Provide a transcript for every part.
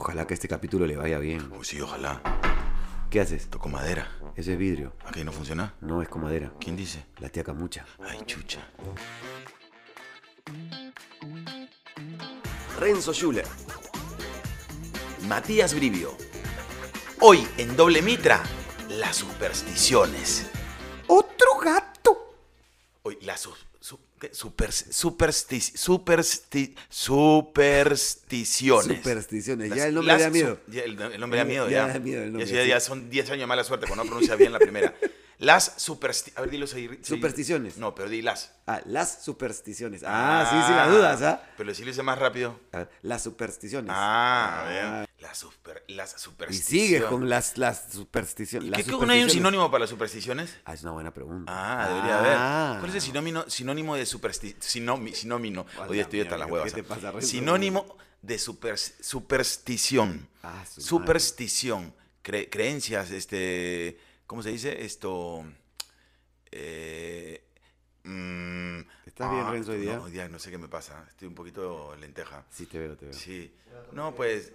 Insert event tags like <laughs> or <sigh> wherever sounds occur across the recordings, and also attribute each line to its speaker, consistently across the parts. Speaker 1: Ojalá que este capítulo le vaya bien.
Speaker 2: Uy, sí, ojalá.
Speaker 1: ¿Qué haces?
Speaker 2: Tocó madera.
Speaker 1: Eso es vidrio.
Speaker 2: Aquí no funciona.
Speaker 1: No es con madera.
Speaker 2: ¿Quién dice?
Speaker 1: La tía Camucha.
Speaker 2: Ay, chucha.
Speaker 3: Renzo Schuller, Matías Brivio. Hoy en Doble Mitra, las supersticiones.
Speaker 4: Otro gato.
Speaker 3: Hoy, las su, su- ¿qué? super, supersti, supersti- supersticiones.
Speaker 1: Supersticiones.
Speaker 3: Las-
Speaker 1: Ya el nombre
Speaker 3: las
Speaker 1: da miedo.
Speaker 3: su- ya el, el nombre da
Speaker 1: Ya-
Speaker 3: miedo,
Speaker 1: ya
Speaker 3: ya.
Speaker 1: da miedo el nombre,
Speaker 3: Ya- ya- ya
Speaker 1: sí.
Speaker 3: son 10 años de mala suerte cuando no pronuncias bien la
Speaker 1: <laughs>
Speaker 3: primera. Las supersticiones. A ver, dilo. seguir- seguir-
Speaker 1: Supersticiones.
Speaker 3: No, pero di las.
Speaker 1: Ah, las supersticiones. Ah, sí, sí, las dudas, ¿ah?
Speaker 3: Pero si lo hice más rápido.
Speaker 1: A ver, Las supersticiones.
Speaker 3: Ah, a ver. Las, super, las
Speaker 1: Y
Speaker 3: supersticiones.
Speaker 1: sigues con las, las supersticiones.
Speaker 3: ¿Y
Speaker 1: las
Speaker 3: qué- qué- no hay un
Speaker 1: supersticiones.
Speaker 3: sinónimo para las supersticiones?
Speaker 1: Ah, es una buena pregunta.
Speaker 3: Ah, debería haber. ¿Cuál es el sinónimo, sinónimo de superstición? Sinónimo.
Speaker 1: Hola,
Speaker 3: Hoy estoy
Speaker 1: mierda,
Speaker 3: hasta las
Speaker 1: ¿qué
Speaker 3: huevas. ¿ah?
Speaker 1: te pasa, Renzo?
Speaker 3: Sinónimo de super- superstición.
Speaker 1: Ah, su madre.
Speaker 3: superstición. Cre- creencias, este. ¿Cómo se dice? Esto. eh, mm,
Speaker 1: ¿Estás bien, Renzo, hoy día?
Speaker 3: No, hoy día no sé qué me pasa. Estoy un poquito lenteja.
Speaker 1: Sí, te veo, te veo.
Speaker 3: Sí. No, pues.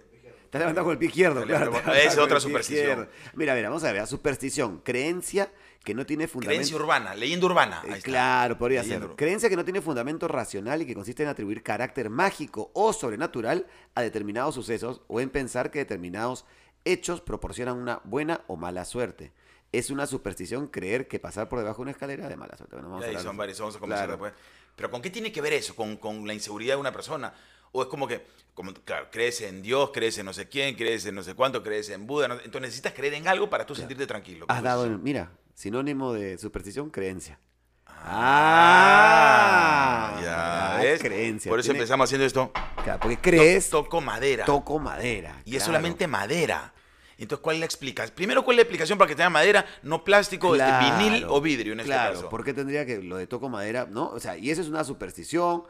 Speaker 1: Te has levantado con el pie izquierdo,
Speaker 3: Te
Speaker 1: claro. te
Speaker 3: levanto con-
Speaker 1: has levantado
Speaker 3: Esa es
Speaker 1: con
Speaker 3: otra
Speaker 1: el pie
Speaker 3: superstición.
Speaker 1: izquierdo. Mira, mira, vamos a ver. a Superstición, creencia que no tiene fundamento.
Speaker 3: Creencia urbana, leyenda urbana.
Speaker 1: Eh,
Speaker 3: Ahí está.
Speaker 1: Claro, podría
Speaker 3: Leyenda
Speaker 1: ser.
Speaker 3: urbana.
Speaker 1: Creencia que no tiene fundamento racional y que consiste en atribuir carácter mágico o sobrenatural a determinados sucesos o en pensar que determinados hechos proporcionan una buena o mala suerte. Es una superstición creer que pasar por debajo de una escalera es de mala suerte. Bueno, vamos a
Speaker 3: Ya, y
Speaker 1: hablar de
Speaker 3: son
Speaker 1: eso.
Speaker 3: varios, vamos a comenzar
Speaker 1: Claro.
Speaker 3: después. Pero ¿con qué tiene que ver eso? ¿Con, con la inseguridad de una persona? O es como que, como, claro, crees en Dios, crees en no sé quién, crees en no sé cuánto, crees en Buda. no- entonces necesitas creer en algo para tú sentirte tranquilo.
Speaker 1: Has
Speaker 3: Pues,
Speaker 1: dado, el- mira, sinónimo de superstición, creencia.
Speaker 3: Ah,
Speaker 1: Ah,
Speaker 3: ya
Speaker 1: ah,
Speaker 3: ¿ves?
Speaker 1: creencia.
Speaker 3: Por eso
Speaker 1: Tiene-
Speaker 3: empezamos haciendo esto.
Speaker 1: Claro, porque crees,
Speaker 3: Toco madera.
Speaker 1: toco madera.
Speaker 3: y es
Speaker 1: claro.
Speaker 3: solamente madera. Entonces, ¿cuál es la explicación? Primero, ¿cuál es la explicación para que tenga madera, no plástico, este,
Speaker 1: Claro,
Speaker 3: vinil o vidrio en este
Speaker 1: claro,
Speaker 3: caso?
Speaker 1: ¿por qué tendría que lo de toco madera? ¿No? O sea, y eso es una superstición.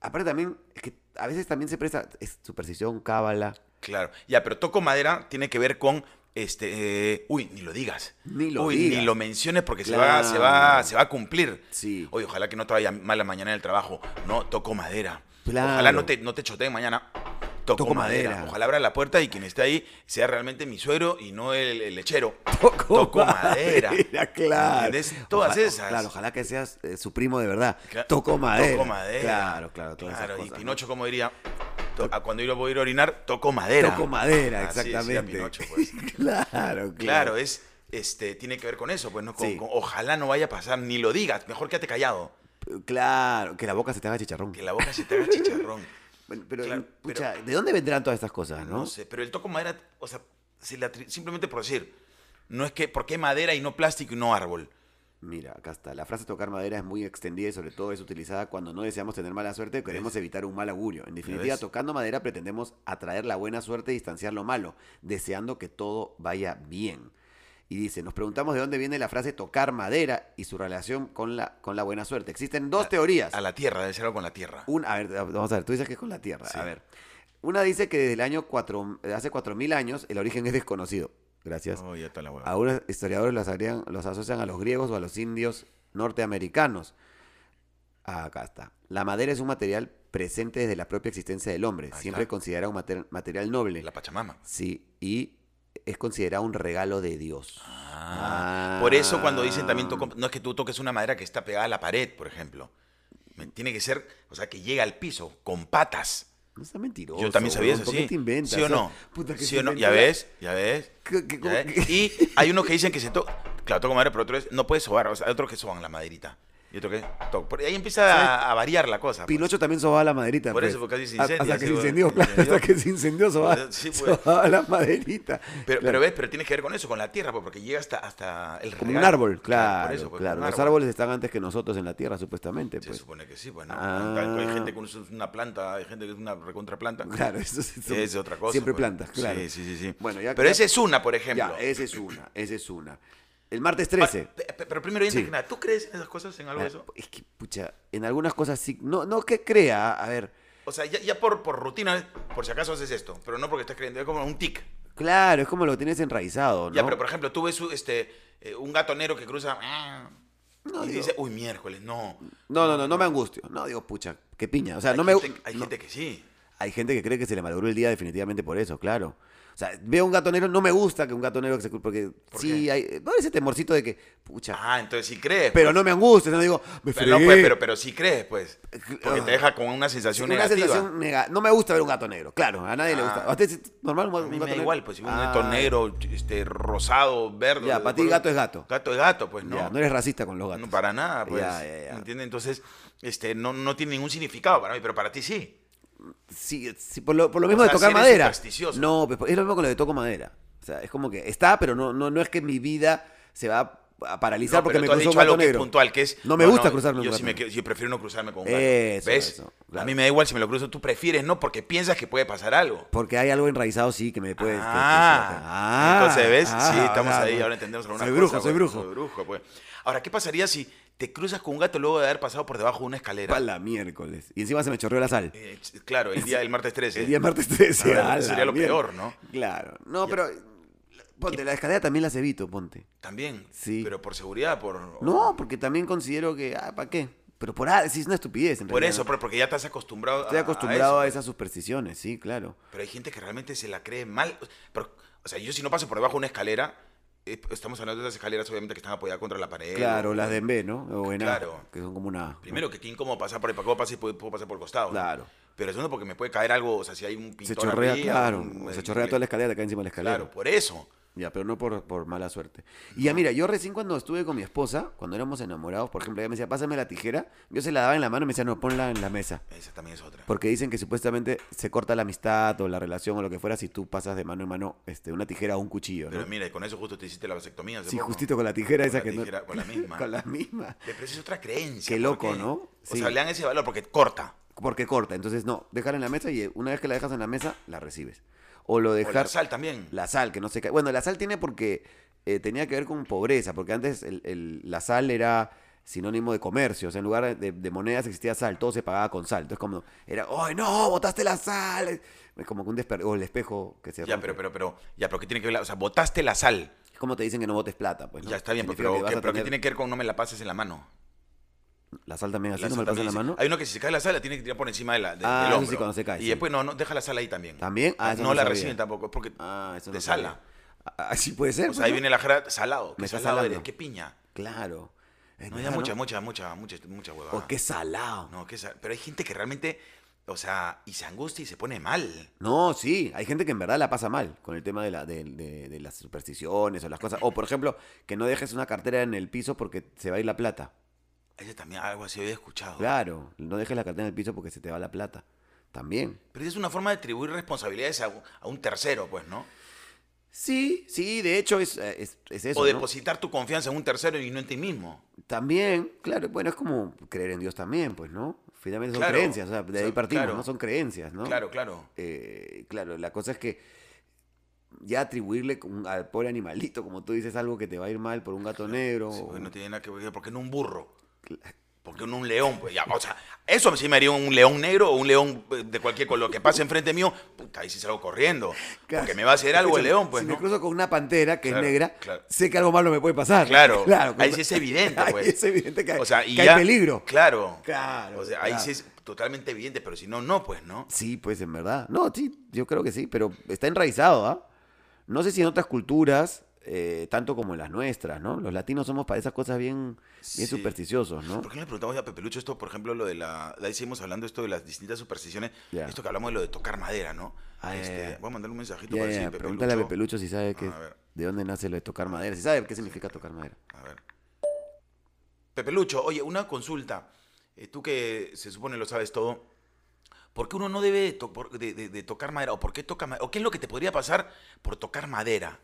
Speaker 1: Aparte también, es que a veces también se presta es superstición,
Speaker 3: <laughs>
Speaker 1: cábala.
Speaker 3: Claro. Ya, pero toco madera tiene que ver con este. eh, uy, ni lo digas.
Speaker 1: Ni lo
Speaker 3: uy,
Speaker 1: digas.
Speaker 3: ni lo menciones porque
Speaker 1: Claro.
Speaker 3: se, va, se, va, se va a cumplir.
Speaker 1: Sí.
Speaker 3: Oye, ojalá que no te vaya mala mañana en el trabajo. No, toco madera.
Speaker 1: Claro.
Speaker 3: Ojalá no te, no te choteen mañana. Toco,
Speaker 1: Toco
Speaker 3: madera.
Speaker 1: madera.
Speaker 3: Ojalá abra la puerta y quien esté ahí sea realmente mi suegro y no el, el lechero.
Speaker 1: Toco,
Speaker 3: madera.
Speaker 1: claro.
Speaker 3: ¿Entendés? Todas
Speaker 1: Ojalá-
Speaker 3: esas.
Speaker 1: Claro, ojalá que seas eh, su primo de verdad.
Speaker 3: Cla-
Speaker 1: Toco madera.
Speaker 3: Toco madera.
Speaker 1: Claro, claro, todas esas
Speaker 3: Claro, y
Speaker 1: cosas,
Speaker 3: Pinocho, como diría, To- ah, cuando yo voy a ir a orinar, toco madera.
Speaker 1: Toco madera,
Speaker 3: Así decía
Speaker 1: exactamente.
Speaker 3: Pinocho, pues.
Speaker 1: ¿no? <laughs> Claro, claro.
Speaker 3: Claro, es, este, tiene que ver con eso, pues no con,
Speaker 1: Sí.
Speaker 3: con- ojalá no vaya a pasar, ni lo digas, mejor quédate callado,
Speaker 1: Claro, que la boca se te haga chicharrón.
Speaker 3: que la boca se te
Speaker 1: <laughs>
Speaker 3: haga chicharrón.
Speaker 1: Bueno, Pero,
Speaker 3: Claro,
Speaker 1: pucha, ¿de dónde vendrán todas estas cosas,
Speaker 3: No
Speaker 1: Ah, no?
Speaker 3: sé, pero el toco madera, o sea, se le atri- simplemente por decir, no es que, ¿por qué madera y no plástico y no árbol?
Speaker 1: Mira, acá está. La frase tocar madera es muy extendida y sobre todo es utilizada cuando no deseamos tener mala suerte o queremos evitar un mal augurio. En definitiva,
Speaker 3: ves?
Speaker 1: tocando madera pretendemos atraer la buena suerte y distanciar lo malo, deseando que todo vaya bien. Y dice, nos preguntamos de dónde viene la frase tocar madera y su relación con la, con la buena suerte. Existen dos teorías.
Speaker 3: A la tierra, debe ser algo con la tierra.
Speaker 1: Un- a ver, vamos a ver, tú dices que es con la Tierra.
Speaker 3: Sí.
Speaker 1: Uh, A ver. Una dice que desde el año 4, hace 4.000 años el origen es desconocido. Gracias. Ah,
Speaker 3: Oh, ya está la hueva.
Speaker 1: Algunos historiadores los, agregan- los asocian a los griegos o a los indios norteamericanos. Ah, Acá está. La madera es un material presente desde la propia existencia del hombre,
Speaker 3: Ahí
Speaker 1: siempre
Speaker 3: está.
Speaker 1: considerado un mater- material noble.
Speaker 3: La Pachamama.
Speaker 1: Sí, y es considerado un regalo de Dios. Ah.
Speaker 3: Por eso cuando dicen también toco, no es que tú toques una madera que está pegada a la pared, por ejemplo. Me- Tiene que ser, o sea, que llega al piso con patas.
Speaker 1: Ah, No seas mentiroso.
Speaker 3: Yo también sabía
Speaker 1: weón.
Speaker 3: eso,
Speaker 1: ¿Por
Speaker 3: sí.
Speaker 1: qué te inventas?
Speaker 3: ¿Sí o no?
Speaker 1: Puta, que
Speaker 3: ¿Sí
Speaker 1: se
Speaker 3: o no? ¿Ya
Speaker 1: inventa-
Speaker 3: ves? ¿Ya ves?
Speaker 1: ¿Qué- qué-
Speaker 3: ¿Ya ves?
Speaker 1: cómo- qué?
Speaker 3: Y hay unos que dicen que se toca... Claro, toco madera, pero otro es... No puedes sobar. O sea, hay otros que soban la maderita. Y otro que... toco. Por ahí empieza a, a variar la cosa. pues.
Speaker 1: Pinocho también sobaba la maderita.
Speaker 3: Por
Speaker 1: pues.
Speaker 3: eso, porque casi se
Speaker 1: A-
Speaker 3: incendia,
Speaker 1: Hasta que
Speaker 3: <laughs> sí,
Speaker 1: se
Speaker 3: bueno,
Speaker 1: incendió,
Speaker 3: se
Speaker 1: claro,
Speaker 3: incendió.
Speaker 1: hasta que se incendió sobaba,
Speaker 3: Sí, pues.
Speaker 1: sobaba la maderita.
Speaker 3: Pero,
Speaker 1: Claro.
Speaker 3: pero ves, pero tiene que ver con eso, con la tierra, pues, porque llega hasta, hasta el
Speaker 1: Como un
Speaker 3: regalo.
Speaker 1: árbol, claro.
Speaker 3: por eso, pues,
Speaker 1: claro.
Speaker 3: como un
Speaker 1: Los
Speaker 3: árbol.
Speaker 1: árboles están antes que nosotros en la tierra, supuestamente.
Speaker 3: Se
Speaker 1: pues.
Speaker 3: supone que sí, pues, ¿no?
Speaker 1: Ah.
Speaker 3: Hay gente que es una planta, hay gente que es una recontraplanta.
Speaker 1: Claro, eso es, eso-
Speaker 3: <laughs> Es otra cosa.
Speaker 1: Siempre
Speaker 3: pues.
Speaker 1: plantas, claro.
Speaker 3: Sí, sí, sí. sí.
Speaker 1: Bueno, ya-
Speaker 3: pero
Speaker 1: ya-
Speaker 3: esa es una, por ejemplo.
Speaker 1: Ya, eh, esa es una, esa es una. El martes 13.
Speaker 3: Ah, pe- pe- Pero primero, antes
Speaker 1: Sí. Ah.
Speaker 3: que nada, ¿tú crees en esas cosas, en algo de eso?
Speaker 1: Es que, pucha, en algunas cosas sí. No, no que crea, a ver.
Speaker 3: O sea, ya, ya por, por rutina, por si acaso haces esto, pero no porque estás creyendo, es como un tic.
Speaker 1: Claro, es como lo tienes enraizado, ¿no?
Speaker 3: Ya, pero por ejemplo, tú ves este, eh, un gatonero que cruza ah,
Speaker 1: No,
Speaker 3: y
Speaker 1: digo-
Speaker 3: dice, uy, miércoles, no.
Speaker 1: No, no, no, no me angustio. No, digo, pucha, qué piña. O sea,
Speaker 3: hay
Speaker 1: no me.
Speaker 3: gente, hay
Speaker 1: no.
Speaker 3: gente que sí.
Speaker 1: Hay gente que cree que se le malogró el día definitivamente por eso, claro. O sea, veo un gato negro, no me gusta que un gato negro se cul- porque
Speaker 3: ¿Por
Speaker 1: sí
Speaker 3: qué?
Speaker 1: hay por ese temorcito de que, pucha,
Speaker 3: Ah, entonces sí crees.
Speaker 1: pero
Speaker 3: pues.
Speaker 1: no me angustia, no digo, me
Speaker 3: Pero, no,
Speaker 1: fregué.
Speaker 3: pues, pero, pero sí crees, pues. Porque te deja con una sensación
Speaker 1: ah. una
Speaker 3: negativa.
Speaker 1: sensación nega- No me gusta ver un gato negro, claro, a nadie le
Speaker 3: Ah.
Speaker 1: gusta. ¿A usted sí, normal un,
Speaker 3: A
Speaker 1: un gato
Speaker 3: mí me da
Speaker 1: negro?
Speaker 3: igual, pues si un
Speaker 1: Ah,
Speaker 3: gato negro, este, rosado, verde.
Speaker 1: Ya,
Speaker 3: de
Speaker 1: para ti
Speaker 3: color-
Speaker 1: gato es gato.
Speaker 3: Gato es gato, pues no.
Speaker 1: ya, no eres racista con los gatos.
Speaker 3: No, para nada, pues.
Speaker 1: Ya, ya, ya.
Speaker 3: ¿me entiendes? Entonces, este, no, no tiene ningún significado para mí, pero para ti sí.
Speaker 1: Sí, sí, por, lo, por lo mismo
Speaker 3: sea,
Speaker 1: de tocar
Speaker 3: si eres
Speaker 1: madera.
Speaker 3: supersticioso.
Speaker 1: No, pues, es lo mismo con lo de toco madera. O sea, es como que está, pero no, no, no es que mi vida se va a paralizar
Speaker 3: No,
Speaker 1: porque
Speaker 3: pero
Speaker 1: me
Speaker 3: tú has
Speaker 1: cruzó un
Speaker 3: dicho algo
Speaker 1: gato
Speaker 3: que es
Speaker 1: negro.
Speaker 3: puntual, que es...
Speaker 1: No me gusta cruzarme un
Speaker 3: yo
Speaker 1: gato
Speaker 3: sí me
Speaker 1: negro.
Speaker 3: que- yo prefiero no cruzarme con un gato.
Speaker 1: Eso,
Speaker 3: ¿Ves?
Speaker 1: eso,
Speaker 3: A
Speaker 1: claro.
Speaker 3: mí me da igual si me lo cruzo, tú prefieres no, porque piensas que puede pasar algo.
Speaker 1: Porque hay algo enraizado, sí, que me puede. Pues que- que- que-
Speaker 3: Ah,
Speaker 1: ah,
Speaker 3: entonces ves,
Speaker 1: ah,
Speaker 3: sí, estamos
Speaker 1: ahora-
Speaker 3: ahí, ahora entendemos alguna
Speaker 1: soy
Speaker 3: cosa,
Speaker 1: brujo,
Speaker 3: güey,
Speaker 1: soy brujo.
Speaker 3: Soy brujo, pues. Ahora, ¿qué pasaría si te cruzas con un gato luego de haber pasado por debajo de una escalera?
Speaker 1: Pa' la miércoles. Y encima se me chorreó la sal.
Speaker 3: Eh, ch-
Speaker 1: <laughs>
Speaker 3: claro, el día del martes 13.
Speaker 1: El día martes 13.
Speaker 3: Ah,
Speaker 1: a la
Speaker 3: sería lo
Speaker 1: mier-
Speaker 3: peor, ¿no?
Speaker 1: Claro. No, pero. Ponte, la escalera también las evito, ponte.
Speaker 3: También.
Speaker 1: Sí.
Speaker 3: Pero por seguridad, por...
Speaker 1: No, porque también considero que. Ah, ¿para qué? Pero por ah, sí, es una estupidez. En
Speaker 3: Por
Speaker 1: realidad,
Speaker 3: eso,
Speaker 1: ¿no?
Speaker 3: por- porque ya estás acostumbrado
Speaker 1: Estoy acostumbrado a,
Speaker 3: eso. pues.
Speaker 1: esas supersticiones, sí, claro.
Speaker 3: Pero hay gente que realmente se la cree mal. Pero, o sea, yo si no paso por debajo de una escalera, eh, estamos hablando de las escaleras obviamente que están apoyadas contra la pared.
Speaker 1: claro,
Speaker 3: o-
Speaker 1: las de en B, ¿no? O en A,
Speaker 3: Claro.
Speaker 1: que son como una.
Speaker 3: Primero, que qué incómodo pasar por el paco, pase, puedo, puedo pasar por el costado. ¿no?
Speaker 1: Claro.
Speaker 3: Pero segundo, porque me puede caer algo, o sea, si hay un
Speaker 1: Se
Speaker 3: pintor
Speaker 1: chorrea,
Speaker 3: arriba,
Speaker 1: claro.
Speaker 3: un-
Speaker 1: se
Speaker 3: el-
Speaker 1: chorrea toda la escalera, te cae encima de la escalera.
Speaker 3: Claro, pues. por eso.
Speaker 1: Ya, pero no por, por mala suerte. Y ya, mira, yo recién cuando estuve con mi esposa, cuando éramos enamorados, por ejemplo, ella me decía, pásame la tijera. Yo se la daba en la mano y me decía, no, ponla en la mesa.
Speaker 3: Esa también es otra.
Speaker 1: Porque dicen que supuestamente se corta la amistad o la relación o lo que fuera si tú pasas de mano en mano este, una tijera o un cuchillo, ¿no?
Speaker 3: Pero mira, y con eso justo te hiciste la vasectomía. hace
Speaker 1: sí,
Speaker 3: poco.
Speaker 1: justito con la tijera
Speaker 3: Con
Speaker 1: esa
Speaker 3: la
Speaker 1: que
Speaker 3: tijera,
Speaker 1: no. <laughs>
Speaker 3: con la misma.
Speaker 1: con la misma.
Speaker 3: Pero eso es otra creencia.
Speaker 1: Qué
Speaker 3: ¿por
Speaker 1: loco, ¿no?
Speaker 3: O
Speaker 1: Sí.
Speaker 3: sea, le dan ese valor porque corta.
Speaker 1: Porque corta. Entonces, no, dejar en la mesa y eh, una vez que la dejas en la mesa, la recibes. O lo
Speaker 3: Dejar...
Speaker 1: dejar.
Speaker 3: sal también.
Speaker 1: La sal, que no sé qué. Bueno, la sal tiene porque eh, tenía que ver con pobreza, porque antes el- el- la sal era sinónimo de comercio, o sea, en lugar de, de monedas existía sal, todo se pagaba con sal. Entonces, como era, ¡ay, no! ¡Botaste la sal! Es Como que un desperdicio, o el espejo que se
Speaker 3: Ya,
Speaker 1: rompe.
Speaker 3: pero, pero, pero, ya, pero ¿qué tiene que ver? la- O sea, botaste la sal.
Speaker 1: Es como te dicen que no botes plata, pues. ¿no?
Speaker 3: Ya está bien,
Speaker 1: Significa
Speaker 3: pero,
Speaker 1: que
Speaker 3: ¿qué-
Speaker 1: vas a
Speaker 3: pero ¿qué
Speaker 1: tener-
Speaker 3: tiene que ver con no me la pases en la mano?
Speaker 1: La sal también, así
Speaker 3: La
Speaker 1: no me
Speaker 3: sal
Speaker 1: la pasa en
Speaker 3: también
Speaker 1: la
Speaker 3: dice-
Speaker 1: mano.
Speaker 3: Hay uno que si se cae la sal la tiene que tirar por encima de la, de-
Speaker 1: Ah,
Speaker 3: del
Speaker 1: eso
Speaker 3: hombro.
Speaker 1: sí, cuando se cae,
Speaker 3: Y
Speaker 1: sí.
Speaker 3: después no, no, deja la sal ahí también.
Speaker 1: ¿También? Ah, eso
Speaker 3: no,
Speaker 1: no
Speaker 3: la
Speaker 1: sabía.
Speaker 3: reciben tampoco, porque
Speaker 1: Ah, eso
Speaker 3: de
Speaker 1: no
Speaker 3: sala.
Speaker 1: sabía. Ah, ah, sí puede ser.
Speaker 3: O
Speaker 1: pues,
Speaker 3: sea, ahí
Speaker 1: ¿no?
Speaker 3: viene la jara salado.
Speaker 1: Me
Speaker 3: ¿Qué
Speaker 1: está
Speaker 3: salado
Speaker 1: salando.
Speaker 3: eres? ¿Qué piña?
Speaker 1: Claro. Es
Speaker 3: No, ya
Speaker 1: verdad,
Speaker 3: mucha, mucha, mucha, mucha, mucha huevada.
Speaker 1: O qué salado.
Speaker 3: No, qué sal- Pero hay gente que realmente, o sea, y se angustia y se pone mal.
Speaker 1: No, sí, hay gente que en verdad la pasa mal con el tema de, la, de, de- de las supersticiones o las cosas. O, por ejemplo, que no dejes una cartera en el piso porque se va a ir la plata.
Speaker 3: Ella también algo así había escuchado.
Speaker 1: Claro, no dejes la cartera en el piso porque se te va la plata. También.
Speaker 3: Pero es una forma de atribuir responsabilidades a, un- a un tercero, pues, ¿no?
Speaker 1: Sí, sí, de hecho es, eh, es, es eso.
Speaker 3: o
Speaker 1: ¿no?
Speaker 3: depositar tu confianza en un tercero y no en ti mismo.
Speaker 1: También, claro, bueno, es como creer en Dios también, pues, ¿no? Finalmente son
Speaker 3: Claro.
Speaker 1: creencias, o sea,
Speaker 3: O
Speaker 1: de
Speaker 3: sea,
Speaker 1: ahí partimos,
Speaker 3: claro.
Speaker 1: ¿no? Son creencias, ¿no?
Speaker 3: Claro, claro.
Speaker 1: Eh, claro, la cosa es que ya atribuirle con- al pobre animalito, como tú dices, algo que te va a ir mal por un gato negro.
Speaker 3: Sí,
Speaker 1: o-
Speaker 3: pues, no tiene nada que ver. ¿Por qué no un burro? ¿Por qué no un león? Pues ya, o sea, eso sí me haría un león negro o un león eh, de cualquier color que pase enfrente mío. Puta, ahí sí salgo corriendo.
Speaker 1: Claro.
Speaker 3: Porque me va a hacer algo el
Speaker 1: Escúchame,
Speaker 3: león,
Speaker 1: <laughs>
Speaker 3: pues,
Speaker 1: Si
Speaker 3: ¿no?
Speaker 1: me cruzo con una pantera que
Speaker 3: Claro,
Speaker 1: es negra,
Speaker 3: claro.
Speaker 1: sé que algo malo me puede pasar. <laughs>
Speaker 3: Claro,
Speaker 1: con-
Speaker 3: ahí sí es
Speaker 1: <laughs>
Speaker 3: evidente,
Speaker 1: ahí
Speaker 3: pues.
Speaker 1: es evidente que hay,
Speaker 3: O sea, y
Speaker 1: que hay
Speaker 3: ya-
Speaker 1: peligro.
Speaker 3: Claro.
Speaker 1: Claro,
Speaker 3: O sea, ahí
Speaker 1: claro.
Speaker 3: sí es totalmente evidente, pero si no, no, pues, ¿no?
Speaker 1: Sí, pues en verdad. No, sí, yo creo que sí, pero está enraizado, ¿ah? No sé si en otras culturas, eh, tanto como en las nuestras, ¿no? Los latinos somos para esas cosas bien, bien
Speaker 3: Sí.
Speaker 1: supersticiosos, ¿no?
Speaker 3: ¿Por qué no le preguntamos a Pepe Lucho esto, por ejemplo, lo de la. Ahí seguimos hablando esto de las distintas supersticiones.
Speaker 1: Ya.
Speaker 3: Esto que hablamos de lo de tocar madera, ¿no? Este,
Speaker 1: Ah, ya, ya.
Speaker 3: Voy a mandarle un mensajito
Speaker 1: Ya,
Speaker 3: para
Speaker 1: ya,
Speaker 3: decir,
Speaker 1: ya,
Speaker 3: Pepe
Speaker 1: pregúntale a
Speaker 3: Lucho,
Speaker 1: Pepelucho si sabe que,
Speaker 3: A ver.
Speaker 1: de dónde nace lo de tocar madera, si sabe qué significa tocar madera.
Speaker 3: A ver. Pepelucho, oye, una consulta. Eh, tú que se supone lo sabes todo, ¿por qué uno no debe de to- por- de, de- de tocar madera? ¿O por qué toca madera? ¿O qué es lo que te podría pasar por tocar madera?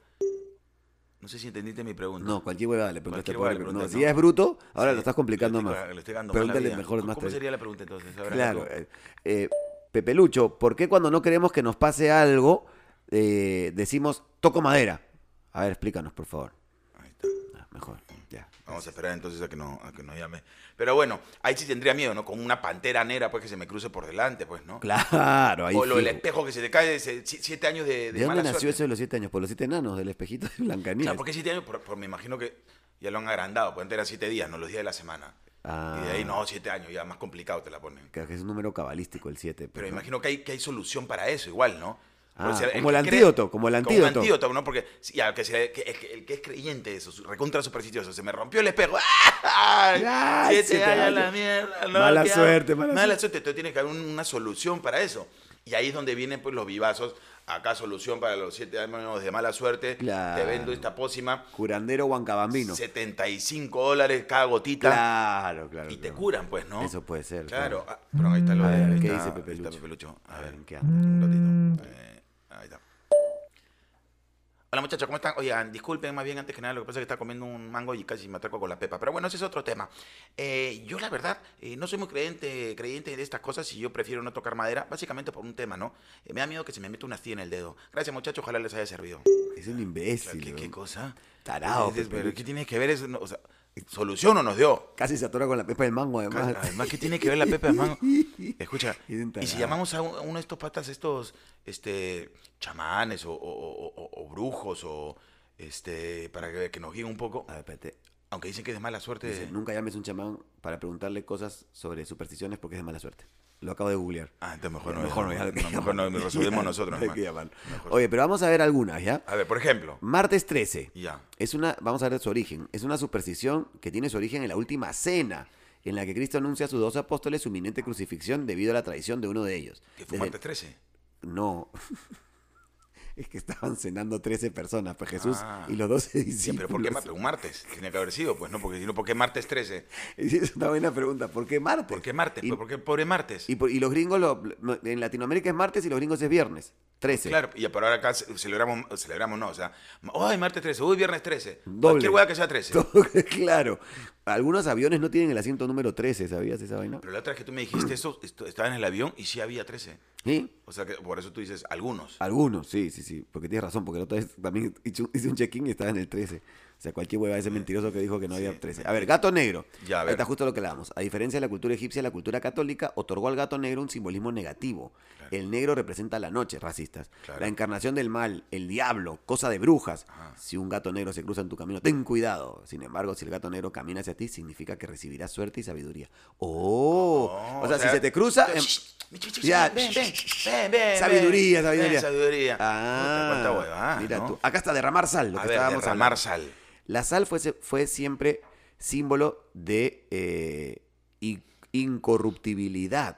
Speaker 3: No sé si entendiste mi pregunta.
Speaker 1: No, cualquier huevada le preguntaste.
Speaker 3: Cualquier
Speaker 1: pobre
Speaker 3: huevada le
Speaker 1: Pepe. No,
Speaker 3: pregunté,
Speaker 1: si
Speaker 3: no.
Speaker 1: ya es bruto, ahora
Speaker 3: Sí,
Speaker 1: lo estás complicando
Speaker 3: le estoy-
Speaker 1: más.
Speaker 3: le estoy cagando mal la
Speaker 1: Pregúntale
Speaker 3: vida.
Speaker 1: mejor más.
Speaker 3: ¿Cómo
Speaker 1: te-
Speaker 3: sería la pregunta entonces? A ver,
Speaker 1: Claro.
Speaker 3: hazla tú.
Speaker 1: eh, eh, Pepe Lucho, ¿por qué cuando no queremos que nos pase algo eh, decimos toco madera? A ver, explícanos, por favor.
Speaker 3: Ahí está.
Speaker 1: Ah, mejor, ya.
Speaker 3: Vamos a esperar entonces a que, no, a que no llame. Pero bueno, ahí sí tendría miedo, ¿no? Con una pantera negra, pues que se me cruce por delante, pues, ¿no?
Speaker 1: Claro, ahí
Speaker 3: o lo del
Speaker 1: fijo.
Speaker 3: espejo que se te cae, se- si- siete años de, de,
Speaker 1: ¿De dónde
Speaker 3: mala
Speaker 1: nació
Speaker 3: suerte.
Speaker 1: eso de los siete años? Por los siete enanos, del espejito de Blancanieves.
Speaker 3: Claro, porque siete años, por, por- me imagino que ya lo han agrandado, pueden tener siete días, no los días de la semana.
Speaker 1: Ah,
Speaker 3: Y de ahí, no, siete años, ya más complicado te la ponen.
Speaker 1: que es un número cabalístico el 7.
Speaker 3: Pero imagino que hay, que hay solución para eso igual, ¿no?
Speaker 1: Ah,
Speaker 3: Porque el
Speaker 1: como el
Speaker 3: que
Speaker 1: antídoto, como el antídoto.
Speaker 3: antídoto, ¿no? Porque sí, ya, que sea- que- el que- el que es creyente de eso, su- recontra supersticioso, se me rompió el espejo. <laughs> ¡Ay!
Speaker 1: Ay,
Speaker 3: Siete
Speaker 1: siete
Speaker 3: años a la
Speaker 1: años.
Speaker 3: mierda, ¿no?
Speaker 1: Mala
Speaker 3: ¿Qué hago?
Speaker 1: suerte, mala suerte.
Speaker 3: suerte. Entonces tiene que haber un- una solución para eso. Y ahí es donde vienen pues los vivazos. Acá solución para los siete años de mala suerte.
Speaker 1: Claro.
Speaker 3: Te vendo esta pócima.
Speaker 1: Curandero Huancabambino.
Speaker 3: 75 dólares cada gotita.
Speaker 1: Claro, claro.
Speaker 3: Y te
Speaker 1: claro.
Speaker 3: curan, pues, ¿no?
Speaker 1: Eso puede ser.
Speaker 3: Claro. Ah, perdón, ahí está lo
Speaker 1: A
Speaker 3: de-
Speaker 1: ver,
Speaker 3: ahí
Speaker 1: ¿qué
Speaker 3: está-
Speaker 1: dice
Speaker 3: ahí
Speaker 1: Pepe
Speaker 3: está
Speaker 1: Lucho?
Speaker 3: Pepe Lucho. A ver,
Speaker 1: ¿En qué anda?
Speaker 3: un ratito. Eh, ahí está. Hola muchachos, ¿cómo están? Oigan, disculpen más bien antes que nada, lo que pasa es que estaba comiendo un mango y casi me atraco con la pepa. Pero bueno, ese es otro tema. Eh, yo la verdad, eh, no soy muy creyente, creyente de estas cosas y yo prefiero no tocar madera, básicamente por un tema, ¿no? Eh, me da miedo que se me meta una astilla en el dedo. Gracias muchachos, ojalá les haya servido.
Speaker 1: Es un
Speaker 3: ah. Claro,
Speaker 1: imbécil.
Speaker 3: ¿Qué,
Speaker 1: ¿no?
Speaker 3: qué cosa?
Speaker 1: Tarado,
Speaker 3: Dices,
Speaker 1: Pepe
Speaker 3: Pero
Speaker 1: Lucho.
Speaker 3: ¿qué tiene que ver eso? No, O sea, solución o nos dio.
Speaker 1: Casi se atora con la pepa del mango, además.
Speaker 3: Además, <laughs> ¿qué tiene que ver la pepa de mango? Escucha,
Speaker 1: Es un
Speaker 3: y si
Speaker 1: tarado.
Speaker 3: llamamos a un- a uno de estos patas, estos este, chamanes o, o- o- o- o brujos, o este, para que, que nos guíen un poco,
Speaker 1: <laughs> A ver, espérate.
Speaker 3: aunque dicen que es de mala suerte.
Speaker 1: Dice, nunca llames a un chamán para preguntarle cosas sobre supersticiones porque es de mala suerte. Lo acabo de googlear.
Speaker 3: Ah, entonces mejor no.
Speaker 1: mejor no,
Speaker 3: <laughs> ya,
Speaker 1: ya,
Speaker 3: no, mejor no,
Speaker 1: ya, <laughs>
Speaker 3: resolvemos nosotros.
Speaker 1: hay
Speaker 3: nomás.
Speaker 1: que llamarlo.
Speaker 3: Mejor.
Speaker 1: Oye, pero vamos a ver algunas, ¿ya?
Speaker 3: A ver, por ejemplo,
Speaker 1: Martes 13.
Speaker 3: ya.
Speaker 1: Es una, vamos a ver su origen. Es una superstición que tiene su origen en la última cena, en la que Cristo anuncia a sus dos apóstoles su inminente crucifixión debido a la traición de uno de ellos.
Speaker 3: Que
Speaker 1: Desde-
Speaker 3: fue martes 13.
Speaker 1: No. <laughs> es que estaban cenando 13 personas, pues Jesús
Speaker 3: Ah.
Speaker 1: y los 12
Speaker 3: Sí,
Speaker 1: discípulos.
Speaker 3: pero ¿por qué martes? Un martes. Tenía que haber sido, pues, ¿no? Porque si no, ¿por qué martes 13?
Speaker 1: <laughs> es una buena pregunta. ¿Por qué martes?
Speaker 3: ¿Por qué martes?
Speaker 1: Y,
Speaker 3: Pues, ¿Por qué pobre martes?
Speaker 1: y por- y los gringos, lo- lo- en Latinoamérica es martes y los gringos es viernes. 13.
Speaker 3: Claro, Este, y por ahora acá ce- celebramos, celebramos no, o sea, ma- ay, martes 13, uy, viernes 13,
Speaker 1: Doble.
Speaker 3: cualquier hueá que sea
Speaker 1: <laughs>
Speaker 3: 13.
Speaker 1: Todo- claro. Algunos aviones no tienen el asiento número 13, ¿sabías esa vaina?
Speaker 3: Pero la otra vez que tú me dijiste eso, esto- estaba en el avión y sí había 13.
Speaker 1: Sí.
Speaker 3: O sea, que por eso tú dices algunos.
Speaker 1: Algunos, sí, sí, sí. Porque tienes razón, porque la otra vez también hice un, hice un check-in y estaba en el 13. O sea, cualquier hueva ese mentiroso que dijo que no
Speaker 3: Sí.
Speaker 1: había 13. A ver, gato negro.
Speaker 3: Ya, a
Speaker 1: Ahí
Speaker 3: ver.
Speaker 1: Está justo lo que hablábamos. A diferencia de la cultura egipcia, la cultura católica otorgó al gato negro un simbolismo negativo.
Speaker 3: Claro.
Speaker 1: El negro representa la noche, racistas.
Speaker 3: Claro. Ah.
Speaker 1: La encarnación del mal, el diablo, cosa de brujas.
Speaker 3: Ajá.
Speaker 1: Si un gato negro se cruza en tu camino, ten cuidado. Sin embargo, si el gato negro camina hacia ti, significa que recibirás suerte y sabiduría. ¡Oh!
Speaker 3: Oh,
Speaker 1: o, sea, si se te cruza... em- Ya.
Speaker 3: ven, ven, ven, ven.
Speaker 1: Sabiduría,
Speaker 3: ven,
Speaker 1: sabiduría.
Speaker 3: ven, sabiduría.
Speaker 1: Ah,
Speaker 3: Puta, cuánta huevada,
Speaker 1: mira
Speaker 3: ¿no?
Speaker 1: tú. Acá está derramar sal, lo
Speaker 3: A
Speaker 1: que
Speaker 3: ver,
Speaker 1: estábamos
Speaker 3: derramar
Speaker 1: hablando.
Speaker 3: sal.
Speaker 1: La sal fue, se- fue siempre símbolo de eh, i- incorruptibilidad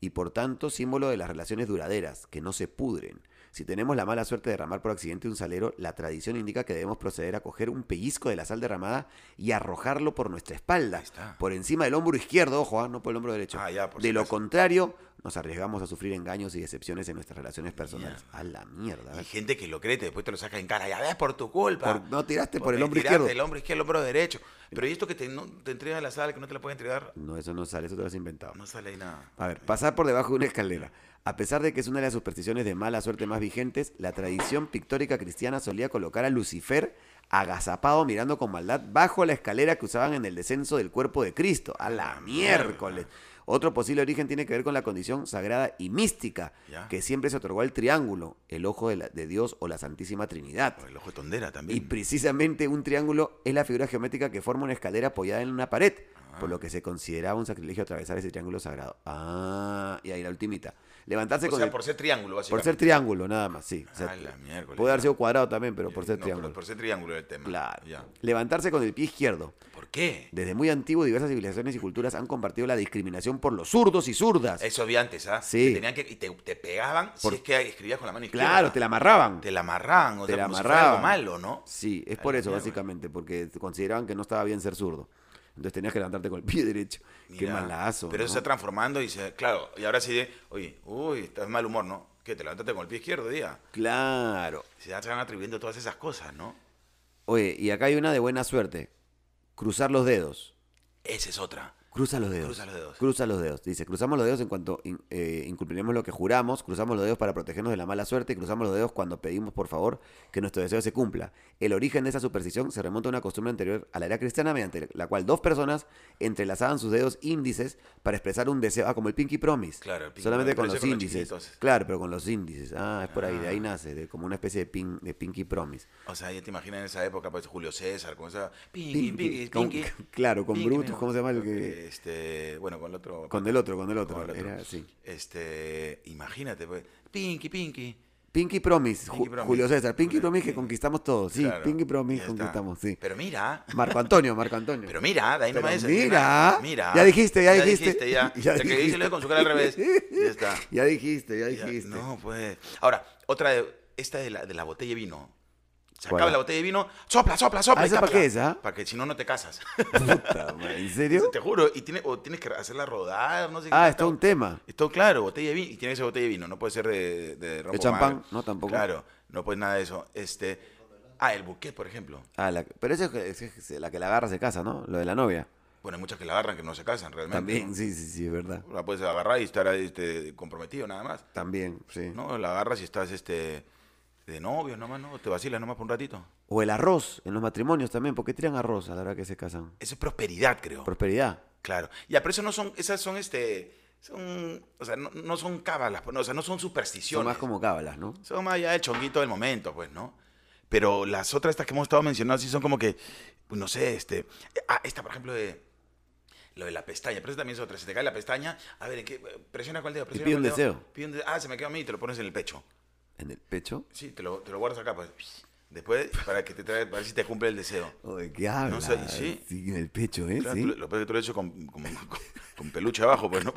Speaker 1: y por tanto símbolo de las relaciones duraderas, que no se pudren. Si tenemos la mala suerte de derramar por accidente un salero, la tradición indica que debemos proceder a coger un pellizco de la sal derramada y arrojarlo por nuestra espalda,
Speaker 3: Ahí está.
Speaker 1: por encima del hombro izquierdo, ojo, ah, no por el hombro derecho.
Speaker 3: Ah, ya, por
Speaker 1: de
Speaker 3: si
Speaker 1: lo
Speaker 3: acaso.
Speaker 1: contrario, nos arriesgamos a sufrir engaños y decepciones en nuestras relaciones personales.
Speaker 3: Mierda.
Speaker 1: A la mierda. a
Speaker 3: Y
Speaker 1: ver.
Speaker 3: gente que lo cree, después te lo saca en cara. Ya ves, por tu culpa.
Speaker 1: Por- no tiraste por
Speaker 3: Porque
Speaker 1: el hombro
Speaker 3: tiraste
Speaker 1: izquierdo.
Speaker 3: El hombro izquierdo, el hombro derecho. Pero ¿y esto que te, no, te entrega la sal, que no te la puede entregar?
Speaker 1: No, eso no sale, eso te lo has inventado.
Speaker 3: No sale ahí nada.
Speaker 1: A ver, pasar por debajo de una escalera. A pesar de que es una de las supersticiones de mala suerte más vigentes, la tradición pictórica cristiana solía colocar a Lucifer agazapado mirando con maldad bajo la escalera que usaban en el descenso del cuerpo de Cristo. A la miércoles. Otro posible origen tiene que ver con la condición sagrada y mística
Speaker 3: Ya.
Speaker 1: que siempre se otorgó al triángulo, el ojo de, la- de Dios o la Santísima Trinidad.
Speaker 3: O el ojo de tondera también.
Speaker 1: Y precisamente un triángulo es la figura geométrica que forma una escalera apoyada en una pared, por lo que se consideraba un sacrilegio atravesar ese triángulo sagrado. Ah, y ahí la ultimita. Levantarse
Speaker 3: o
Speaker 1: con
Speaker 3: sea,
Speaker 1: el-
Speaker 3: por ser triángulo,
Speaker 1: por ser
Speaker 3: básicamente.
Speaker 1: triángulo, nada más, sí. O sea,
Speaker 3: Ah, la miércoles.
Speaker 1: puede haber
Speaker 3: ya.
Speaker 1: sido cuadrado también, pero por ser
Speaker 3: No,
Speaker 1: triángulo.
Speaker 3: Por ser triángulo era el tema.
Speaker 1: Claro.
Speaker 3: Ya.
Speaker 1: Levantarse con el pie izquierdo.
Speaker 3: ¿Por qué?
Speaker 1: Desde muy antiguo, diversas civilizaciones y culturas han compartido la discriminación por los zurdos y zurdas.
Speaker 3: Eso había antes, ¿ah?
Speaker 1: Sí.
Speaker 3: Que tenían que, y te, te pegaban
Speaker 1: Por-
Speaker 3: si es que escribías con la mano izquierda.
Speaker 1: claro, te la amarraban.
Speaker 3: Te la amarraban, o
Speaker 1: Te
Speaker 3: sea,
Speaker 1: la
Speaker 3: como si fuera algo
Speaker 1: amarraban.
Speaker 3: malo, ¿no?
Speaker 1: Sí, es por
Speaker 3: la
Speaker 1: eso,
Speaker 3: mierda.
Speaker 1: básicamente, porque consideraban que no estaba bien ser zurdo. Entonces tenías que levantarte con el pie <laughs> derecho. Qué
Speaker 3: Mira,
Speaker 1: malazo.
Speaker 3: Pero eso se
Speaker 1: ¿no?
Speaker 3: está transformando y se, claro, y ahora sí de, oye, uy, estás de mal humor, ¿no? Que te levantaste con el pie izquierdo, día.
Speaker 1: Claro.
Speaker 3: Se ya te van atribuyendo todas esas cosas, ¿no?
Speaker 1: Oye, y acá hay una de buena suerte. Cruzar los dedos.
Speaker 3: Esa es otra.
Speaker 1: Cruza los dedos.
Speaker 3: Cruza los dedos.
Speaker 1: Cruza los dedos. Dice, cruzamos los dedos en cuanto in- eh, incumpliremos lo que juramos, cruzamos los dedos para protegernos de la mala suerte y cruzamos los dedos cuando pedimos, por favor, que nuestro deseo se cumpla. El origen de esa superstición se remonta a una costumbre anterior a la era cristiana mediante la cual dos personas entrelazaban sus dedos índices para expresar un deseo. Ah, como el Pinky Promise.
Speaker 3: Claro, el Pinky
Speaker 1: Solamente con
Speaker 3: Promise,
Speaker 1: los
Speaker 3: pero ese con los
Speaker 1: índices.
Speaker 3: chiquititos.
Speaker 1: claro, pero con los índices. Ah, es por ahí, de ahí
Speaker 3: Ah.
Speaker 1: nace, de, como una especie de, pin- de Pinky Promise.
Speaker 3: O sea, ya te imaginas en esa época, pues Julio César, con esa. Pinky,
Speaker 1: Pinky,
Speaker 3: pinky,
Speaker 1: con-
Speaker 3: pinky.
Speaker 1: claro, con
Speaker 3: Pinky,
Speaker 1: Brutus,
Speaker 3: mira.
Speaker 1: ¿cómo se llama el que-
Speaker 3: Este, bueno, con el otro.
Speaker 1: Con el otro, con el otro.
Speaker 3: con el otro.
Speaker 1: Era así.
Speaker 3: Este, imagínate, pues. Pinky, Pinky.
Speaker 1: Pinky Promise, Ju-
Speaker 3: Pinky Promise.
Speaker 1: Julio César. Pinky
Speaker 3: Julio-
Speaker 1: Promise que conquistamos todos. Sí,
Speaker 3: Claro,
Speaker 1: Pinky Promise
Speaker 3: ya está.
Speaker 1: conquistamos, sí.
Speaker 3: Pero mira,
Speaker 1: Marco Antonio, Marco Antonio.
Speaker 3: pero mira, de ahí
Speaker 1: Pero
Speaker 3: nomás es.
Speaker 1: mira,
Speaker 3: mira.
Speaker 1: ya dijiste, ya dijiste.
Speaker 3: ya.
Speaker 1: <laughs> Ya
Speaker 3: El que
Speaker 1: dijiste.
Speaker 3: dice lo de con su cara al revés. Ya está.
Speaker 1: Ya dijiste, <laughs> ya
Speaker 3: Ya,
Speaker 1: dijiste.
Speaker 3: no, pues. Ahora, otra de. Esta de la, de la botella de vino. Se
Speaker 1: ¿Cuál?
Speaker 3: acaba la botella de vino, sopla, sopla, sopla.
Speaker 1: Ah,
Speaker 3: y
Speaker 1: ¿esa para
Speaker 3: tápala.
Speaker 1: qué es, ah?
Speaker 3: Para que si no, no te casas.
Speaker 1: Puta, madre, ¿En serio?
Speaker 3: Te juro. Y tiene, o tienes que hacerla rodar, no sé
Speaker 1: Ah,
Speaker 3: qué.
Speaker 1: está un tema.
Speaker 3: Esto, claro, botella de vino. Y tiene que ser botella de vino, no puede ser de, de ron
Speaker 1: ¿De
Speaker 3: con
Speaker 1: champán?
Speaker 3: madre.
Speaker 1: No, tampoco.
Speaker 3: Claro, no pues nada de eso. Este, ah, el buquet, por ejemplo.
Speaker 1: Ah, la- pero esa es, es la que la agarra se casa, ¿no? Lo de la novia.
Speaker 3: Bueno, hay muchas que la agarran que no se casan realmente.
Speaker 1: También, sí, sí, sí, es verdad.
Speaker 3: ¿no? La puedes agarrar y estar ahí, este, comprometido nada más.
Speaker 1: También, sí.
Speaker 3: No, la agarras y estás este, de novio nomás, ¿no? Te vacilas nomás por un ratito.
Speaker 1: O el arroz en los matrimonios también. ¿Por qué tiran arroz a la hora que se casan?
Speaker 3: Eso es prosperidad, creo.
Speaker 1: Prosperidad.
Speaker 3: Claro. Ya, pero eso no son, esas son este, son, o sea, no, no son cábalas, pues, no, o sea, no son supersticiones.
Speaker 1: Son más como cábalas, ¿no?
Speaker 3: Son más ya el chonguito del momento, pues, ¿no? Pero las otras, estas que hemos estado mencionando, sí son como que, no sé, este. Ah, esta, por ejemplo, de. Lo de la pestaña, pero eso también es otra. Se te cae la pestaña, a ver, ¿en qué? presiona cuál dedo, presiona
Speaker 1: pide
Speaker 3: cuál
Speaker 1: un
Speaker 3: dedo,
Speaker 1: deseo.
Speaker 3: pide un de- Ah, se me quedó a mí y te lo pones en el pecho.
Speaker 1: En el pecho.
Speaker 3: Sí, te lo, te lo guardas acá, pues. Después, para que te trae, para ver si te cumple el deseo.
Speaker 1: Oye, ¿qué hablas?
Speaker 3: sé, sí.
Speaker 1: en el pecho, ¿eh?
Speaker 3: Claro,
Speaker 1: Sí.
Speaker 3: tú- lo que pasa es que tú lo has hecho con, con, con- con peluche abajo,
Speaker 1: <laughs>
Speaker 3: pues, ¿no?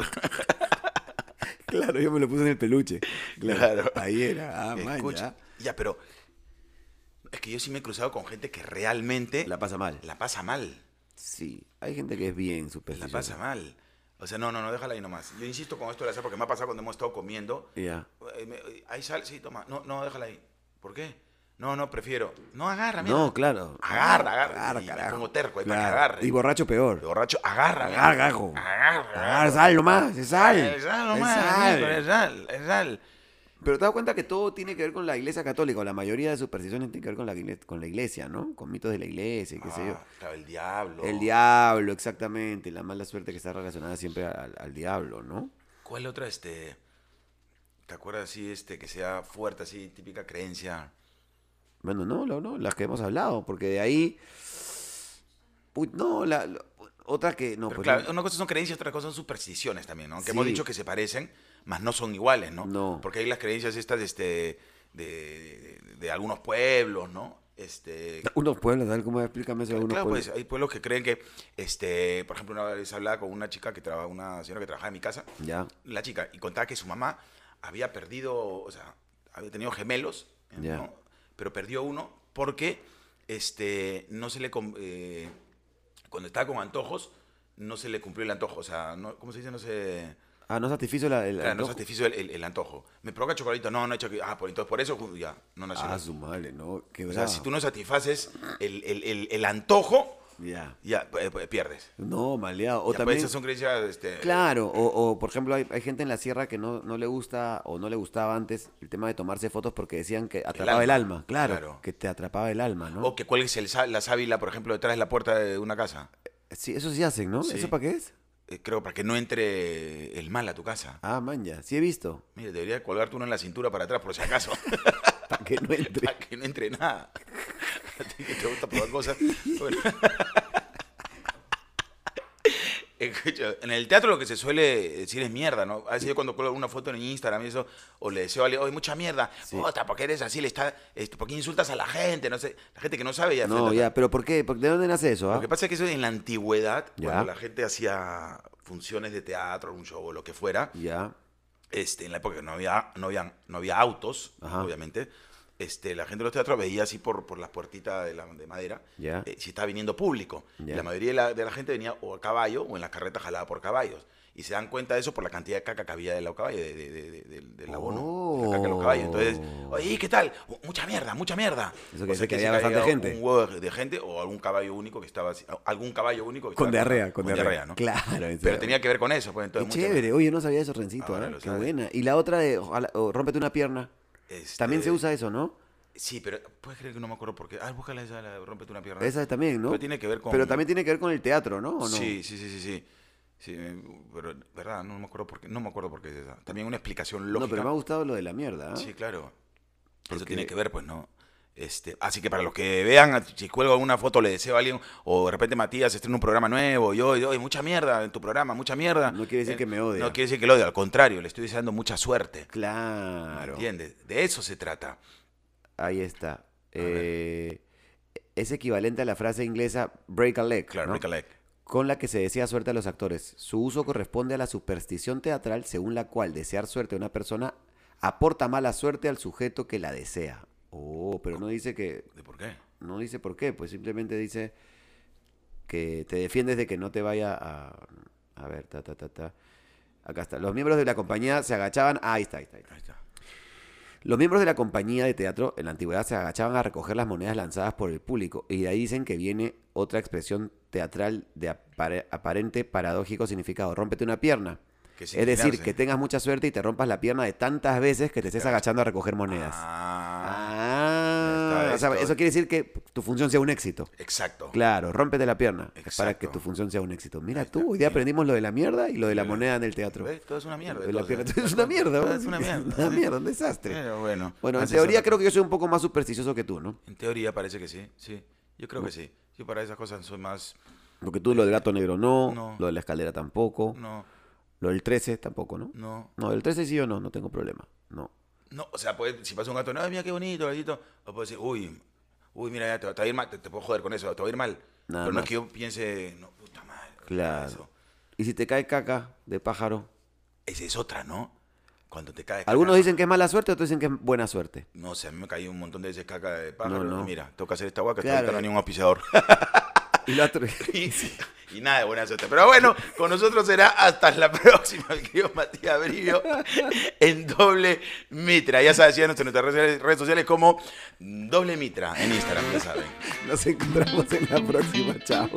Speaker 1: Claro, yo me lo puse en el peluche. Claro.
Speaker 3: Claro.
Speaker 1: Ahí era. Ah,
Speaker 3: Escucha.
Speaker 1: maña.
Speaker 3: Ya, pero. Es que yo sí me he cruzado con gente que realmente
Speaker 1: La pasa mal.
Speaker 3: la pasa mal.
Speaker 1: Sí. Hay gente que es bien
Speaker 3: La
Speaker 1: supersticiosa.
Speaker 3: pasa mal. O sea, no, no, no, déjala ahí nomás. Yo insisto con esto del azar porque me ha pasado cuando hemos estado comiendo.
Speaker 1: Ya.
Speaker 3: Eh, me- eh, Ahí sal, sí, toma. No, no, déjala ahí. ¿Por qué? No, no, prefiero. No, agarra, mira.
Speaker 1: No, claro.
Speaker 3: Agarra, agarra.
Speaker 1: Agarra,
Speaker 3: Y me
Speaker 1: carajo.
Speaker 3: pongo terco ahí para
Speaker 1: Claro.
Speaker 3: que agarre.
Speaker 1: Y borracho
Speaker 3: El
Speaker 1: peor.
Speaker 3: borracho, agarra. mira.
Speaker 1: Agarra, gajo.
Speaker 3: Agarra.
Speaker 1: Agarra, sal nomás. Es sal.
Speaker 3: Es Eh, sal nomás,
Speaker 1: Es sal.
Speaker 3: mijo, es sal, es sal.
Speaker 1: Pero te das cuenta que todo tiene que ver con la iglesia católica, o la mayoría de supersticiones tiene que ver con la, igle- con la iglesia, ¿no? Con mitos de la iglesia, y qué sé yo.
Speaker 3: Ah, claro, el diablo.
Speaker 1: El diablo, exactamente, la mala suerte que está relacionada siempre al, al diablo, ¿no?
Speaker 3: ¿Cuál otra, este? ¿Te acuerdas así, este, que sea fuerte, así, típica creencia?
Speaker 1: Bueno, no, no, no, las que hemos hablado, porque de ahí... Uy, no, la, la- otra que... No,
Speaker 3: Pero
Speaker 1: pues,
Speaker 3: claro,
Speaker 1: <laughs> no.
Speaker 3: una cosa son creencias, otra cosa son supersticiones también, ¿no? Que
Speaker 1: Sí.
Speaker 3: hemos dicho que se parecen, mas no son iguales, ¿no?
Speaker 1: No.
Speaker 3: Porque hay las creencias estas de, este, de, de- de algunos pueblos, ¿no? Este,
Speaker 1: Unos pueblos, ¿sabes cómo? Explícame eso de algunos
Speaker 3: claro,
Speaker 1: pueblos.
Speaker 3: pues hay pueblos que creen que, este, por ejemplo, una vez hablaba con una chica que trabaja, una señora que trabajaba en mi casa,
Speaker 1: Ya,
Speaker 3: la chica, y contaba que su mamá había perdido, o sea, había tenido gemelos, ¿no?
Speaker 1: Ya.
Speaker 3: pero perdió uno porque este, no se le... com- eh, cuando estaba con antojos, no se le cumplió el antojo. O sea, no, ¿cómo se dice? No se...
Speaker 1: Ah, no satisfizo la... el-
Speaker 3: claro, no
Speaker 1: el-
Speaker 3: satisfizo el, el- el antojo. Me provoca chocoladito. No, no he hecho... Ah, por, entonces por eso ju- ya, no nació.
Speaker 1: Ah, su madre, ¿no? Qué
Speaker 3: o
Speaker 1: bravo.
Speaker 3: sea, si tú no satisfaces el, el- el- el antojo,
Speaker 1: Ya.
Speaker 3: ya eh, eh, pierdes.
Speaker 1: No, maleado. O
Speaker 3: Ya, pues,
Speaker 1: también...
Speaker 3: esas son creencias... Este,
Speaker 1: Claro, o, o, por ejemplo hay, hay gente en la sierra que no, no le gusta o no le gustaba antes el tema de tomarse fotos porque decían que atrapaba el alma,
Speaker 3: alma,
Speaker 1: claro,
Speaker 3: claro.
Speaker 1: que te atrapaba el alma, ¿no?
Speaker 3: O que cuelgues el sa- la sábila, por ejemplo, detrás de la puerta de una casa.
Speaker 1: Sí, eso sí hacen, ¿no?
Speaker 3: Sí.
Speaker 1: ¿Eso para qué es?
Speaker 3: Eh, creo, para que no entre el mal a tu casa.
Speaker 1: Ah, manja, sí he visto,
Speaker 3: Mire, debería colgarte uno en la cintura para atrás, por si acaso, <laughs>
Speaker 1: para que no entre.
Speaker 3: para que no entre nada. <laughs> A ti que te gusta probar cosas. Bueno. <laughs> Escucha, en el teatro lo que se suele decir es mierda, ¿no? A veces yo cuando cuelgo una foto en Instagram y eso, o le deseo a alguien, oye, mucha mierda,
Speaker 1: Sí.
Speaker 3: puta, ¿por qué eres así? Le está, este, ¿Por qué insultas a la gente? No sé, la gente que no sabe ya.
Speaker 1: No,
Speaker 3: frente a-
Speaker 1: ya, pero ¿por qué? ¿Por- ¿De dónde nace eso? ah?
Speaker 3: Lo que pasa es que eso en la antigüedad,
Speaker 1: Ya.
Speaker 3: cuando la gente hacía funciones de teatro, un show o lo que fuera,
Speaker 1: Ya,
Speaker 3: este, en la época que no había, no habían- no había autos,
Speaker 1: Ajá.
Speaker 3: obviamente, este, la gente de los teatros veía así por, por las puertitas de, la- de madera
Speaker 1: Ya.
Speaker 3: eh, si estaba viniendo público.
Speaker 1: Ya.
Speaker 3: La mayoría de la, de la gente venía o a caballo o en las carretas jalada por caballos. Y se dan cuenta de eso por la cantidad de caca que había de los caballos, de, de- de- de- de- del abono. de la caca de los caballos. Entonces,
Speaker 1: Oh.
Speaker 3: oye, ¿qué tal? "Oh, Mucha mierda, mucha mierda.
Speaker 1: Eso quiere decir que
Speaker 3: se
Speaker 1: había bastante
Speaker 3: caía
Speaker 1: gente.
Speaker 3: Un huevo de de gente o algún caballo único que estaba así- algún caballo único que
Speaker 1: con
Speaker 3: estaba-
Speaker 1: diarrea, con, diarrea.
Speaker 3: ¿no?
Speaker 1: Claro, en
Speaker 3: Pero
Speaker 1: serio.
Speaker 3: tenía que ver con eso. Pues,
Speaker 1: Qué
Speaker 3: entonces, mucha-
Speaker 1: chévere, oye, no sabía eso, Rencito,
Speaker 3: Ahora
Speaker 1: ¿ah?
Speaker 3: lo
Speaker 1: Qué
Speaker 3: sabes.
Speaker 1: buena. Y la otra de, ojalá, o rómpete una pierna, también se
Speaker 3: Este,
Speaker 1: usa eso, ¿no?
Speaker 3: Sí, pero puedes creer que no me acuerdo por qué. Ah, búscala esa, la de rompete una pierna.
Speaker 1: Esa también, ¿no?
Speaker 3: Ah. Pero tiene que ver con.
Speaker 1: Pero también tiene que ver con el teatro, ¿no? ¿O no?
Speaker 3: Sí, sí, sí, sí, sí. Sí, eh, pero verdad, no me acuerdo por qué. No me acuerdo por qué es esa. También una explicación lógica.
Speaker 1: No, pero me ha gustado lo de la mierda. ¿ah?
Speaker 3: Sí, claro.
Speaker 1: Porque-
Speaker 3: Eso tiene que ver, pues, ¿no? Este, así que para los que vean, ah, si cuelgo alguna foto, le deseo a alguien, o de repente Matías estrena un programa nuevo, yo, yo, mucha mierda en tu programa, mucha mierda.
Speaker 1: No quiere decir
Speaker 3: Eh,
Speaker 1: que me odie.
Speaker 3: No quiere decir que lo odie, al contrario, le estoy deseando mucha suerte.
Speaker 1: Claro.
Speaker 3: ¿Entiendes? De eso se trata.
Speaker 1: Ahí está. Eh, es equivalente a la frase inglesa break a leg,
Speaker 3: Claro,
Speaker 1: ¿no?
Speaker 3: recollect.
Speaker 1: con la que se desea suerte a los actores. Su uso corresponde a la superstición teatral según la cual desear suerte a una persona aporta mala suerte al sujeto que la desea. Oh, pero no dice que
Speaker 3: ¿De por qué?
Speaker 1: no dice por qué, pues simplemente dice que te defiendes de que no te vaya a... A ver, ta, ta, ta, ta. Acá está. Los miembros de la compañía se agachaban... ah, ahí está, ahí está. Ahí está.
Speaker 3: Ahí está.
Speaker 1: Los miembros de la compañía de teatro en la antigüedad se agachaban a recoger las monedas lanzadas por el público y de ahí dicen que viene otra expresión teatral de apare- aparente paradójico significado, rómpete una pierna.
Speaker 3: Que sin
Speaker 1: Es decir,
Speaker 3: tirarse.
Speaker 1: que tengas mucha suerte y te rompas la pierna de tantas veces que te estés agachando a recoger monedas.
Speaker 3: Ah,
Speaker 1: Ah,
Speaker 3: Ya está,
Speaker 1: o sea,
Speaker 3: esto-
Speaker 1: eso quiere decir que tu función sea un éxito.
Speaker 3: Exacto.
Speaker 1: Claro, rómpete la pierna es para que tu
Speaker 3: Exacto.
Speaker 1: función sea un éxito. Mira
Speaker 3: Ahí está,
Speaker 1: tú, hoy día
Speaker 3: mira.
Speaker 1: aprendimos lo de la mierda y lo de la moneda en el teatro.
Speaker 3: ¿Ves? Todo es una mierda.
Speaker 1: La pierna- <laughs>
Speaker 3: entonces.
Speaker 1: es una mierda,
Speaker 3: Todo
Speaker 1: ¿no?
Speaker 3: Es una
Speaker 1: Sí,
Speaker 3: mierda.
Speaker 1: <laughs> una mierda, un desastre.
Speaker 3: Pero bueno.
Speaker 1: Bueno, en
Speaker 3: así
Speaker 1: teoría
Speaker 3: se-
Speaker 1: creo que yo soy un poco más supersticioso que tú, ¿no?
Speaker 3: En teoría parece que sí, sí. Yo creo que sí. Yo para esas cosas soy más...
Speaker 1: Porque tú lo del gato negro no,
Speaker 3: No.
Speaker 1: lo de la escalera tampoco,
Speaker 3: No,
Speaker 1: lo del 13 tampoco, ¿no?
Speaker 3: no,
Speaker 1: No, del 13 sí yo no, no tengo problema. No.
Speaker 3: no. O sea, puede- si pasa un gato, ay, mira qué bonito, gatito. O puedo decir, uy, uy, mira, ya te, va- te va a ir mal, te, te puedo joder con eso, te va a ir mal.
Speaker 1: Nada
Speaker 3: Pero no
Speaker 1: más.
Speaker 3: es que yo piense, no, puta madre. ¿qué
Speaker 1: Claro.
Speaker 3: es eso?".
Speaker 1: Y si te cae caca de pájaro.
Speaker 3: Esa es otra, ¿no? Cuando te caes...
Speaker 1: Algunos dicen que es mala suerte, otros dicen que es buena
Speaker 3: <laughs>
Speaker 1: suerte.
Speaker 3: No sé, a mí me caí un montón de veces caca de pájaro.
Speaker 1: No, no.
Speaker 3: Mira, toca hacer esta guaca,
Speaker 1: Claro.
Speaker 3: claro. no hay ningún auspiciador. <laughs>
Speaker 1: Y lo <laughs> otro-
Speaker 3: y, y nada de buena suerte. Pero bueno, con nosotros será hasta la <laughs> próxima, mi querido Matías Brillo, en Doble Mitra. Ya sabes, síganos en nuestras redes, redes sociales como Doble Mitra en Instagram, ya saben.
Speaker 1: Nos encontramos en la próxima. Chao.